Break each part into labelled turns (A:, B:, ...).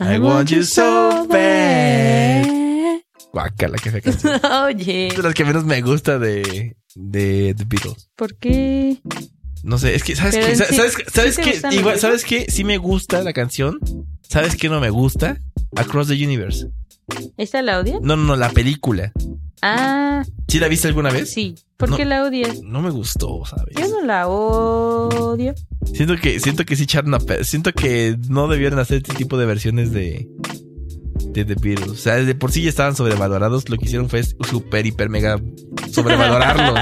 A: I want you so bad.
B: Guácala, que esa canción.
A: Oye,
B: Es de las que menos me gusta de, de The Beatles.
A: ¿por qué?
B: No sé, es que, ¿sabes
A: Pero
B: qué?
A: en
B: Sa-
A: sí-
B: ¿Sabes,
A: ¿sí
B: sabes
A: te
B: qué?
A: gustan los
B: Igual,
A: Beatles?
B: ¿sabes qué? Sí me gusta la canción. ¿Sabes qué no me gusta? Across the Universe.
A: ¿Esta la odias?
B: No, no, no, la película.
A: Ah,
B: ¿Sí la viste alguna vez?
A: sí. ¿Por
B: No.
A: qué la odias?
B: No me gustó, ¿sabes?
A: Yo no la odio.
B: Siento que, siento que sí echaron a pe- Siento que no debieron hacer este tipo de versiones de. De The Beatles. O sea, de por sí ya estaban sobrevalorados. Lo que hicieron fue super, hiper, mega sobrevalorarlos.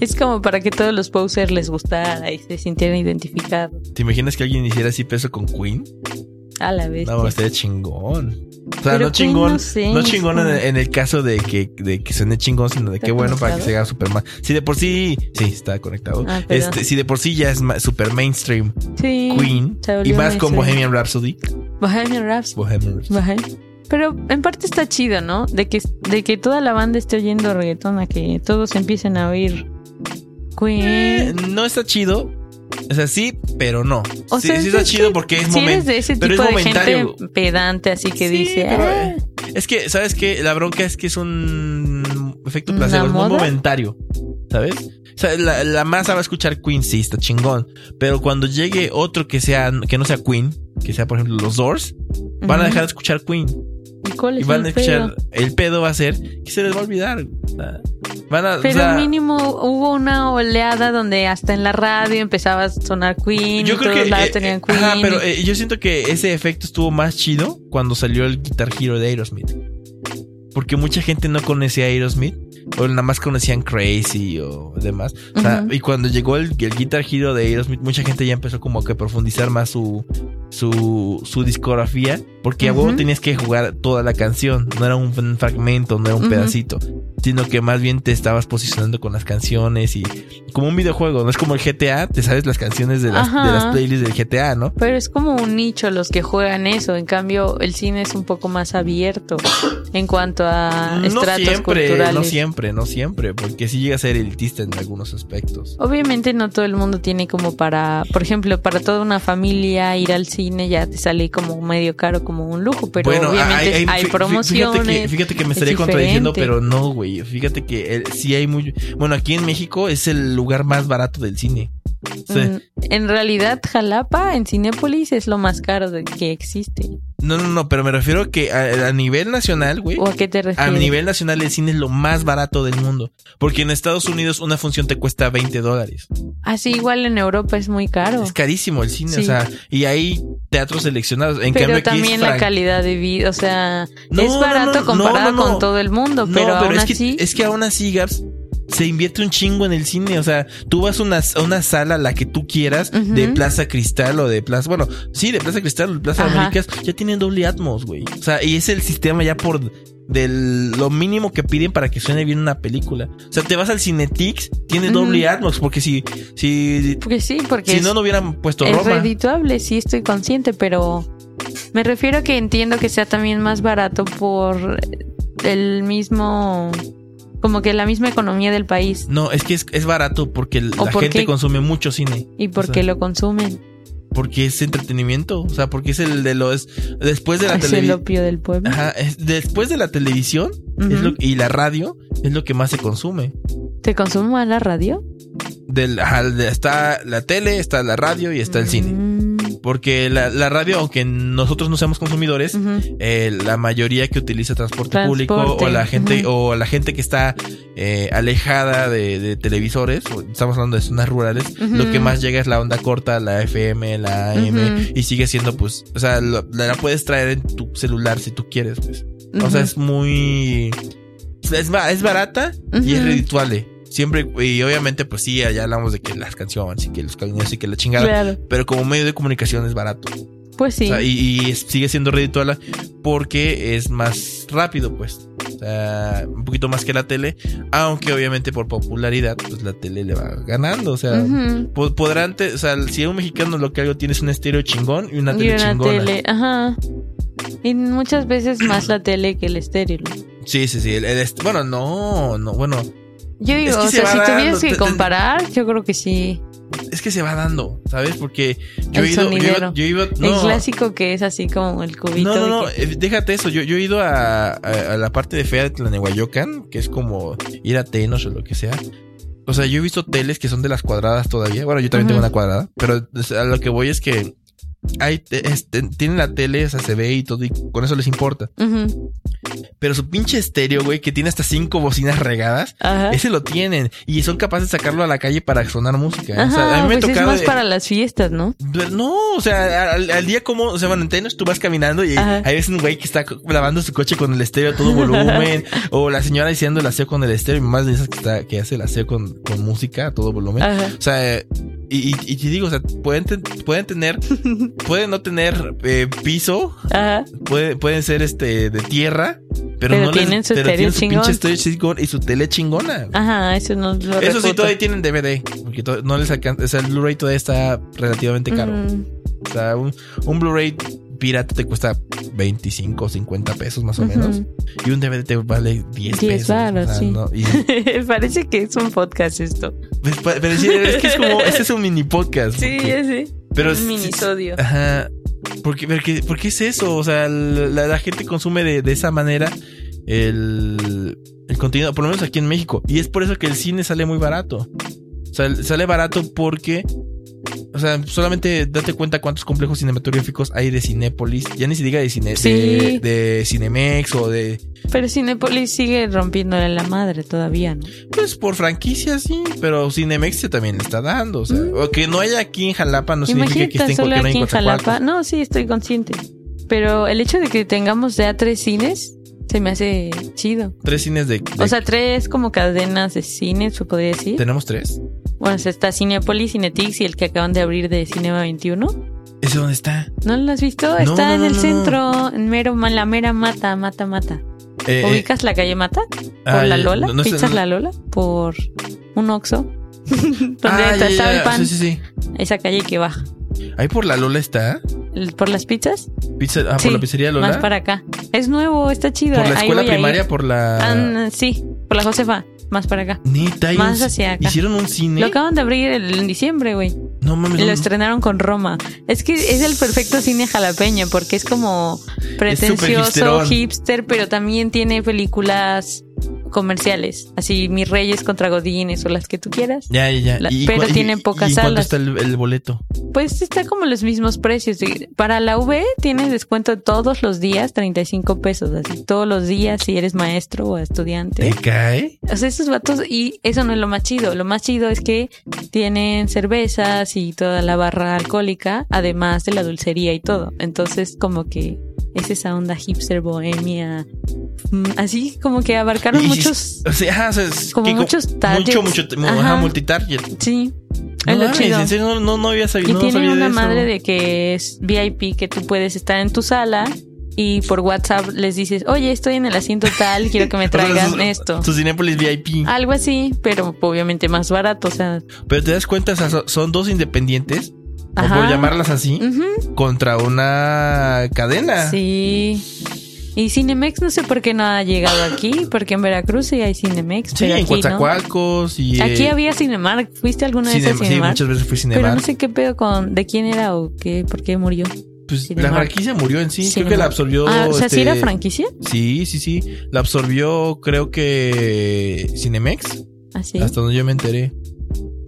A: es como para que todos los posers les gustara y se sintieran identificados.
B: ¿Te imaginas que alguien hiciera así peso con Queen?
A: A la vez.
B: No, estaría chingón. Este, O
A: Pero
B: sea,
A: pues,
B: no
A: qué
B: chingón. No
A: inocencia.
B: chingón en, en el caso de que, de que suene chingón, sino de
A: ¿Está
B: que bueno para que
A: conectado?
B: se haga super más. Si de por sí. Sí, está conectado.
A: Ah, perdón.
B: este, si de por sí ya es ma- super mainstream
A: Sí.
B: Queen.
A: se
B: Y
A: volvió
B: más
A: mainstream.
B: con
A: Eh.
B: Bohemian Rhapsody.
A: Bohemian Rhapsody.
B: Bohemian Rhapsody.
A: Bohem- Pero en parte está chido, ¿no? De que, de que toda la banda esté oyendo reggaetón, a que todos empiecen a oír
B: Eh,
A: Queen.
B: no está chido. O sea, sí, pero no.
A: O
B: sí,
A: sea,
B: sí está
A: es
B: chido
A: que
B: porque es
A: si eres
B: momento.
A: de ese
B: pero
A: tipo
B: es
A: de gente
B: momentario.
A: pedante, así que
B: Sí,
A: dice,
B: pero,
A: "Ah,
B: eh, Es que, ¿sabes qué? La bronca es que es un efecto
A: ¿Una
B: placebo, es muy
A: moda?
B: momentario. ¿Sabes? O sea, la, la masa va a escuchar Queen, sí, está chingón. Pero cuando llegue otro que sea, que no sea Queen, que sea, por ejemplo, los Doors, van a
A: ujú,
B: dejar de escuchar Queen.
A: ¿y cuál
B: Y
A: es
B: van a
A: el pedo?".
B: escuchar. El pedo va a ser que se les va a olvidar. O sea, Van a. o
A: Pero
B: sea,
A: mínimo hubo una oleada donde hasta en la radio empezaba a sonar Queen, y todos lados
B: eh,
A: tenían
B: eh,
A: Queen.
B: ajá, pero
A: y-
B: eh, yo siento que ese efecto estuvo más chido cuando salió el Guitar Hero de Aerosmith. Porque mucha gente no conocía a Aerosmith. O nada más conocían Crazy o demás. O sea,
A: Ujú.
B: y cuando llegó el, el Guitar Hero de Aerosmith, mucha gente ya empezó como que a profundizar más su, su, su discografía. Porque a huevo
A: Ujú.
B: tenías que jugar toda la canción. No era un f- fragmento, no era un
A: Ujú.
B: pedacito. Sino que más bien te estabas posicionando con las canciones y como un videojuego, no es como el GTA, te sabes las canciones de las,
A: Ajá.
B: de las playlists del GTA, ¿no?
A: Pero es como un nicho los que juegan eso. En cambio, el cine es un poco más abierto en cuanto a
B: no
A: Ah, estratos
B: siempre,
A: culturales.
B: no siempre, no siempre, porque sí llega a ser elitista en algunos aspectos.
A: Obviamente no todo el mundo tiene como para, por ejemplo, para toda una familia ir al cine ya te sale como medio caro, como un lujo, pero obviamente hay,
B: fí- fí-
A: promociones.
B: Fíjate que, fíjate que me
A: es
B: estaría contradiciendo,
A: diferente.
B: pero no, güey. Fíjate que eh, sí hay muy. Bueno, aquí en México es el lugar más barato del cine. O sea,
A: Mm, En realidad, Jalapa en Cinépolis es lo más caro de- que existe.
B: No, no, no, pero me refiero que a, a nivel nacional, güey.
A: ¿O a qué te
B: A
A: refieres?
B: nivel nacional el cine es lo más barato del mundo. Porque en Estados Unidos una función te cuesta 20 dólares.
A: Así Ah, igual en Europa es muy caro.
B: Es carísimo el cine,
A: Sí.
B: o sea, y hay teatros seleccionados. En
A: pero
B: cambio, aquí
A: también
B: es
A: la
B: fran-
A: calidad de vida, o sea,
B: No,
A: es
B: no,
A: barato
B: no, no,
A: comparado
B: no, no.
A: con todo el mundo,
B: No,
A: pero,
B: pero,
A: aún
B: es,
A: así,
B: que, es que aún así, Gaps, se invierte un chingo en el cine. O sea, tú vas a una, a una sala, la que tú quieras,
A: Ujú.
B: de Plaza Cristal o de Plaza. Bueno, sí, de Plaza Cristal o de Plaza
A: Ajá.
B: Américas, ya tienen doble Atmos, güey. O sea, y es el sistema ya por del lo mínimo que piden para que suene bien una película. O sea, te vas al Cinetix, tiene
A: Ujú.
B: doble Atmos, porque si, si,
A: porque pues sí, porque
B: si
A: es-
B: no, no hubieran puesto
A: es
B: Roma.
A: redituable, sí estoy consciente, pero me refiero a que entiendo que sea también más barato por el mismo, como que la misma economía del país
B: No, es que es, es barato porque la
A: ¿O por
B: gente
A: qué?
B: consume mucho cine.
A: y porque
B: sea,
A: lo consumen.
B: Porque es entretenimiento. O sea, porque es el de los. Después de la
A: Es el
B: televisión.
A: opio del pueblo.
B: Ajá, es- después de la televisión es
A: Ujú.
B: lo- y la radio es lo que más se consume.
A: ¿Te consume más la radio?
B: Del, ajá, de- está la tele, está la radio y está el cine.
A: Mm,
B: Porque la, la radio, aunque nosotros no seamos consumidores,
A: ujú.
B: eh, la mayoría que utiliza transporte, público
A: Transporte,
B: o la gente
A: ujú.
B: o la gente que está eh, alejada de, de televisores, o estamos hablando de zonas rurales,
A: Ujú.
B: lo que más llega es la onda corta, la FM, la AM
A: Ujú.
B: y sigue siendo pues, o sea, lo- la, la puedes traer en tu celular si tú quieres, pues. O sea,
A: Ujú.
B: es muy es, ba- es barata y es
A: Ujú.
B: redituable. Siempre y obviamente pues sí, allá hablamos de que las canciones y que los caminos y que la chingada,
A: Claro,
B: pero como medio de comunicación es barato.
A: pues sí.
B: O sea, y, y es- sigue siendo redituable porque es más rápido, pues. O sea, un poquito más que la tele. Aunque obviamente por popularidad, pues la tele le va ganando. O sea,
A: Ujú.
B: po- podrán, te- o sea, si un mexicano lo que algo tiene es un estéreo chingón y una
A: y
B: tele
A: una
B: chingona.
A: tele, ajá. Y muchas veces más la tele que el estéreo.
B: Sí, sí, sí. el- el est- bueno, no, no, bueno.
A: Yo digo,
B: que
A: o
B: se
A: sea,
B: va
A: si
B: dando,
A: tuvieras
B: te-
A: que
B: te-
A: comparar, yo creo que sí.
B: es que se va dando, ¿sabes? Porque yo
A: El
B: he ido, yo, he
A: sonidero.
B: ido- yo he ido- no,
A: El clásico que es así como el cubito.
B: no, no, no,
A: de que-
B: eh, déjate eso. Yo, yo he ido a, a- a la parte de fea de Tlanehuayocan, que es como ir a Tenos o lo que sea. O sea, yo he visto teles que son de las cuadradas todavía. Bueno, yo también
A: Ujú.
B: tengo una cuadrada, pero o sea, a lo que voy es que hay, te- este, tienen la tele, o sea, se ve y todo, y con eso les importa.
A: Ujú,
B: Pero su pinche estéreo, güey, que tiene hasta cinco bocinas regadas,
A: Ajá.
B: ese lo tienen y son capaces de sacarlo a la calle para sonar música. ¿eh?
A: Ajá,
B: o sea, a mí me
A: pues es
B: tocaba
A: más
B: de-
A: para las fiestas, ¿no?
B: no, o sea, al, al día como, o sea, bueno, en Tenos tú vas caminando y
A: Ajá.
B: hay veces un güey que está co- lavando su coche con el estéreo a todo volumen, o la señora haciendo el aseo con el estéreo, y más de esas que, está- que hace el aseo con, con música a todo volumen.
A: Ajá.
B: O sea, eh, y, y, y te digo, o sea, pueden, ten- pueden tener, pueden no tener eh, piso,
A: Ajá.
B: puede- pueden ser este de tierra, pero,
A: Pero
B: no
A: tienen su
B: pero
A: estéreo
B: tienen su
A: chingón. Ah,
B: pinche estéreo chingón y su tele chingona.
A: Ajá, eso no lo
B: Eso sí,
A: refuto.
B: todavía tienen DVD, porque to- no les alcanza, o sea, el Blu-ray todavía está relativamente caro.
A: Ujú.
B: O sea, un, un Blu-ray pirata te cuesta 25 o 50 pesos más o menos.
A: Ujú.
B: Y un DVD te vale
A: 10
B: 10 pesos.
A: varos,
B: o sea,
A: sí.
B: ¿no? Y-
A: Parece que es un podcast esto.
B: pues, pa- pero sí, es que es como, este es un mini podcast.
A: Sí,
B: porque-
A: ya sé.
B: pero
A: un
B: sí-
A: minisodio.
B: Ajá. Porque, porque, porque es eso, o sea, la, la gente consume de, de esa manera el, el contenido, por lo menos aquí en México. Y es por eso que el cine sale muy barato. O sea, sale barato porque, o sea, solamente date cuenta cuántos complejos cinematográficos hay de Cinépolis. Ya ni se diga de, cine,
A: Sí.
B: de, de Cinemex o de...
A: Pero Cinepolis sigue rompiéndole la madre todavía, ¿no?
B: Pues por franquicia, sí, pero Cinemex se también le está dando. O sea,
A: Mm.
B: o que no haya aquí en Jalapa no significa que
A: Imagínate
B: esté en
A: solo
B: cualquier
A: aquí en Jalapa.
B: Coatzacoalcos.
A: No, sí, estoy consciente. Pero el hecho de que tengamos ya tres cines se me hace chido.
B: Tres cines de...
A: O
B: de-
A: sea, tres como cadenas de cine, se podría decir.
B: ¿Tenemos tres?
A: Bueno, o sea, está Cinepolis, Cinetix y el que acaban de abrir de Cinema 21.
B: ¿Ese dónde está?
A: ¿No lo has visto?
B: No,
A: está
B: no,
A: en
B: no,
A: el
B: no.
A: centro, en mero, ma- la mera mata, mata, mata.
B: Eh, eh,
A: ¿Ubicas la calle Mata? ¿Por
B: ah,
A: la
B: ya,
A: Lola?
B: no sé,
A: ¿Pizzas
B: no-
A: La Lola? ¿Por un Oxxo? Donde
B: Ah, ya,
A: está
B: ya,
A: el
B: ya,
A: pan.
B: Sí, sí,
A: Esa calle que baja.
B: sí. Ahí por la Lola está.
A: ¿Por las pizzas?
B: Pizza, ah,
A: Sí,
B: por la pizzería Lola.
A: Más para acá. Es nuevo, está chido. eh.
B: Por la
A: ahí
B: escuela
A: voy a ir.
B: primaria, por la.
A: Ah, sí, por la Josefa. Más para acá.
B: Neta, hay
A: Más
B: un-
A: hacia acá.
B: Hicieron un cine.
A: Lo acaban de abrir el- en diciembre, güey.
B: No mames.
A: Lo
B: no-
A: estrenaron con Roma. Es que es el perfecto cine jalapeño porque es como pretencioso,
B: hipsterón.
A: hipster, pero también tiene películas comerciales. Así Mis Reyes contra Godines o las que tú quieras.
B: Ya, ya, ya.
A: La-
B: ¿Y
A: pero
B: cua- y-
A: tiene
B: y-
A: pocas
B: ¿y cuánto
A: salas.
B: está el, el boleto?
A: Pues está como los mismos precios. Y Para la V tienes descuento todos los días, 35 pesos. Así todos los días si eres maestro o estudiante.
B: ¿Te cae?
A: O sea, estos vatos, y eso no es lo más chido. Lo más chido es que tienen cervezas y toda la barra alcohólica, además de la dulcería y todo. Entonces, como que es esa onda hipster bohemia. Mm, Así como que abarcaron
B: Y- y-
A: muchos.
B: O sea, ajá, o sea, es
A: Como
B: que
A: muchos targets.
B: Mucho, mucho. mu- Ajá,
A: Ajá.
B: multitarget.
A: Sí.
B: No
A: es lo
B: mames,
A: chido.
B: en serio, no, no, no había sabido.
A: Y
B: no
A: tienen
B: sabía
A: una
B: de eso.
A: madre de que es VIP, que tú puedes estar en tu sala y por WhatsApp les dices, oye, estoy en el asiento tal, quiero que me
B: O sea,
A: traigan
B: su-
A: esto. Ah.
B: Su Cinépolis VIP.
A: Algo así, pero obviamente más barato, o sea.
B: Pero te das cuenta, o sea, so- son dos independientes, o por
A: ajá.
B: llamarlas así,
A: Ujú.
B: contra una cadena.
A: Sí. Y Cinemex no sé por qué no ha llegado aquí, porque en Veracruz sí hay Cinemex.
B: Sí,
A: pero aquí,
B: en
A: ¿no?
B: Coatzacoalcos y... eh,
A: aquí había Cinemark. ¿Fuiste alguna vez
B: Cine-
A: a
B: sí,
A: Cinemark?
B: muchas veces fui
A: pero
B: Cinemark.
A: no sé qué pedo con de quién era o qué, por qué murió.
B: Pues
A: Cinemark.
B: la franquicia murió en sí, creo que
A: Cinemark.
B: la absorbió...
A: ah, o sea, si
B: este,
A: era franquicia.
B: Sí, sí, sí. La absorbió creo que Cinemex,
A: Así.
B: hasta donde yo me enteré.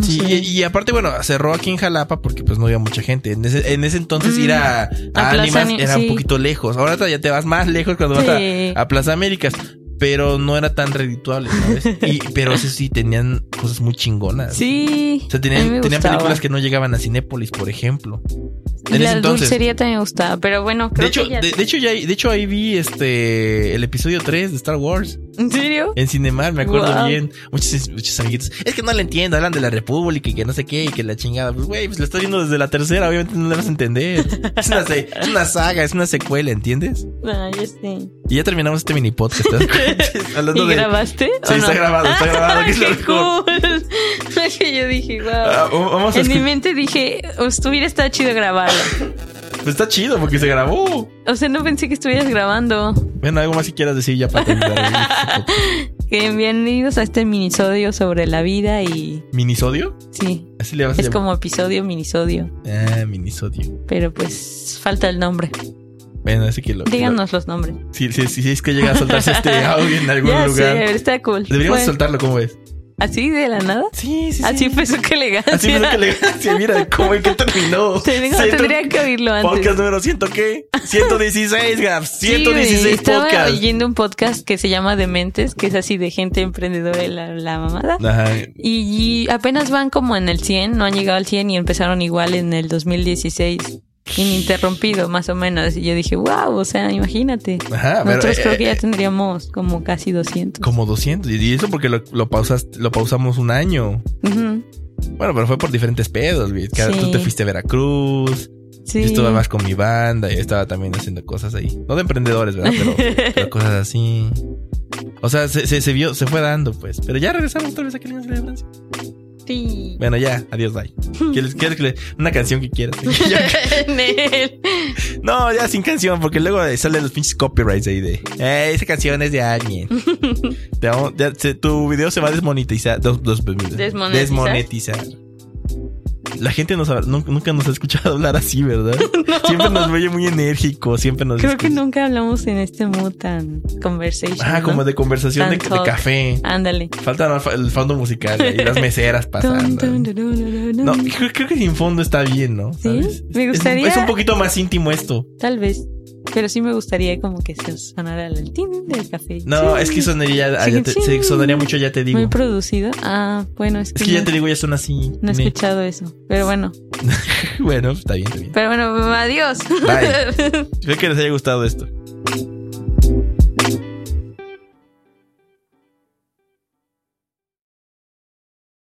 B: Ah, Sí, y, y aparte, bueno, cerró aquí en Jalapa porque pues no había mucha gente. En ese, en ese entonces
A: Mm.
B: ir a, a
A: Plaza
B: Ánimas
A: Ani-
B: era
A: sí.
B: un poquito lejos. Ahora ya te vas más lejos cuando vas a,
A: Sí.
B: a Plaza Américas, pero no era tan redituable, ¿sabes? Y, pero eso sí, tenían cosas muy chingonas.
A: Sí.
B: O sea,
A: a mí me
B: tenían, tenían
A: gustaba.
B: películas que no llegaban a Cinépolis, por ejemplo.
A: Y
B: en ese
A: la
B: entonces.
A: dulcería también me gustaba, pero bueno, creo
B: De hecho,
A: que ya-
B: de, de hecho, ya, ahí- de hecho, ahí vi este el episodio 3 de Star Wars
A: ¿En serio?
B: en Cinemar, me acuerdo
A: Wow.
B: bien. Muchos, muchos amiguitos. Es que no le entiendo, hablan de la República y que no sé qué, y que la chingada. Pues, güey, pues lo estás viendo desde la tercera, obviamente no le vas a entender. Es una, se- es una saga, es una secuela, ¿entiendes?
A: Ah, ya sé.
B: Y ya terminamos este mini podcast. ¿te das cuenta? Hablando
A: ¿Y
B: de.
A: grabaste?
B: Sí,
A: o no? Ah,
B: está grabado, está grabado. que es lo
A: ¡Qué
B: mejor.
A: cool! que yo dije, wow.
B: Ah, vamos a
A: En mi
B: escuchar.
A: mente dije, estuviera estado chido grabarlo.
B: Pues está chido porque se grabó.
A: O sea, no pensé que estuvieras grabando.
B: Bueno, algo más que quieras decir ya para terminar.
A: que bienvenidos a este minisodio sobre la vida y
B: ¿Minisodio?
A: sí,
B: Así le vas a
A: es
B: llamar.
A: como episodio, minisodio,
B: Ah, minisodio.
A: pero pues falta el nombre.
B: Bueno, así que lo.
A: Díganos los nombres.
B: lo- Si, si- si es que llega a soltarse este audio en algún
A: Ya
B: lugar.
A: sé, está cool.
B: Deberíamos
A: Bueno,
B: soltarlo, ¿cómo ves?
A: ¿Así de la nada?
B: Sí, sí, sí.
A: Así fue su que elegancia.
B: Así fue que le mira, ¿cómo en qué terminó?
A: Tengo-
B: Ciento-
A: tendría que oírlo antes.
B: Podcast número 100, ¿qué? 116, Gabs.
A: Sí,
B: 116
A: estaba
B: podcast.
A: oyendo un podcast que se llama Dementes, que es así de gente emprendedora y la, la mamada.
B: Ajá.
A: Y, y apenas van como en el 100, no han llegado al 100 y empezaron igual en el 2016, ininterrumpido más o menos. Y yo dije, wow, o sea, imagínate.
B: Ajá, pero.
A: Nosotros
B: eh,
A: creo que ya
B: eh,
A: tendríamos como casi 200.
B: como 200. Y eso porque lo, lo, pausaste- lo pausamos un año.
A: Ujú,
B: Bueno, pero fue por diferentes pedos, güey. Cada-
A: Sí.
B: Tú te fuiste a Veracruz.
A: Sí.
B: Yo estuve más con mi banda. Yo estaba también haciendo cosas ahí. No de emprendedores, ¿verdad? Pero, pero cosas así. O sea, se, se, se vio, se fue dando, pues. Pero ya regresamos otra vez aquí en la celebración.
A: Sí.
B: Bueno, ya. Adiós, bye. ¿Quieres, quieres que le- una canción que quieras?
A: Nel.
B: No, ya sin canción, porque luego eh, salen los pinches copyrights ahí de. Eh, esa canción es de alguien. Te vamos- ya se- tu video se va a desmonetizar. dos- dos-
A: ¿Desmonetizar?
B: desmonetizar. La gente no sabe- nunca, nunca nos ha escuchado hablar así, ¿verdad? Siempre nos oye muy enérgico, siempre nos.
A: Creo que
B: escucha-
A: nunca hablamos en este mood tan conversation.
B: Ah,
A: ¿no?
B: como de conversación de,
A: Tan
B: de
A: hot.
B: café.
A: Ándale.
B: Falta más fa- el fondo musical y las meseras
A: Dun,
B: pasando. ¿eh?
A: dun, dun, dun, dun, dun.
B: No, creo, creo que sin fondo está bien, ¿no?
A: Sí,
B: ¿Sabes?
A: me
B: Es-
A: gustaría-
B: es un poquito más íntimo esto.
A: Tal vez. Pero sí me gustaría como que se sonara el tin del café.
B: No,
A: Sí.
B: es que sonaría, ah, ya te-
A: Chin,
B: se-
A: chin.
B: sonaría mucho, ya te digo.
A: Muy producido. Ah, bueno, es,
B: Es que ya
A: no-
B: te digo, ya son así.
A: no he
B: Ne-
A: escuchado eso. Pero bueno.
B: Bueno, pues, está bien, está bien.
A: Pero bueno, adiós.
B: Bye. Espero que les haya gustado esto.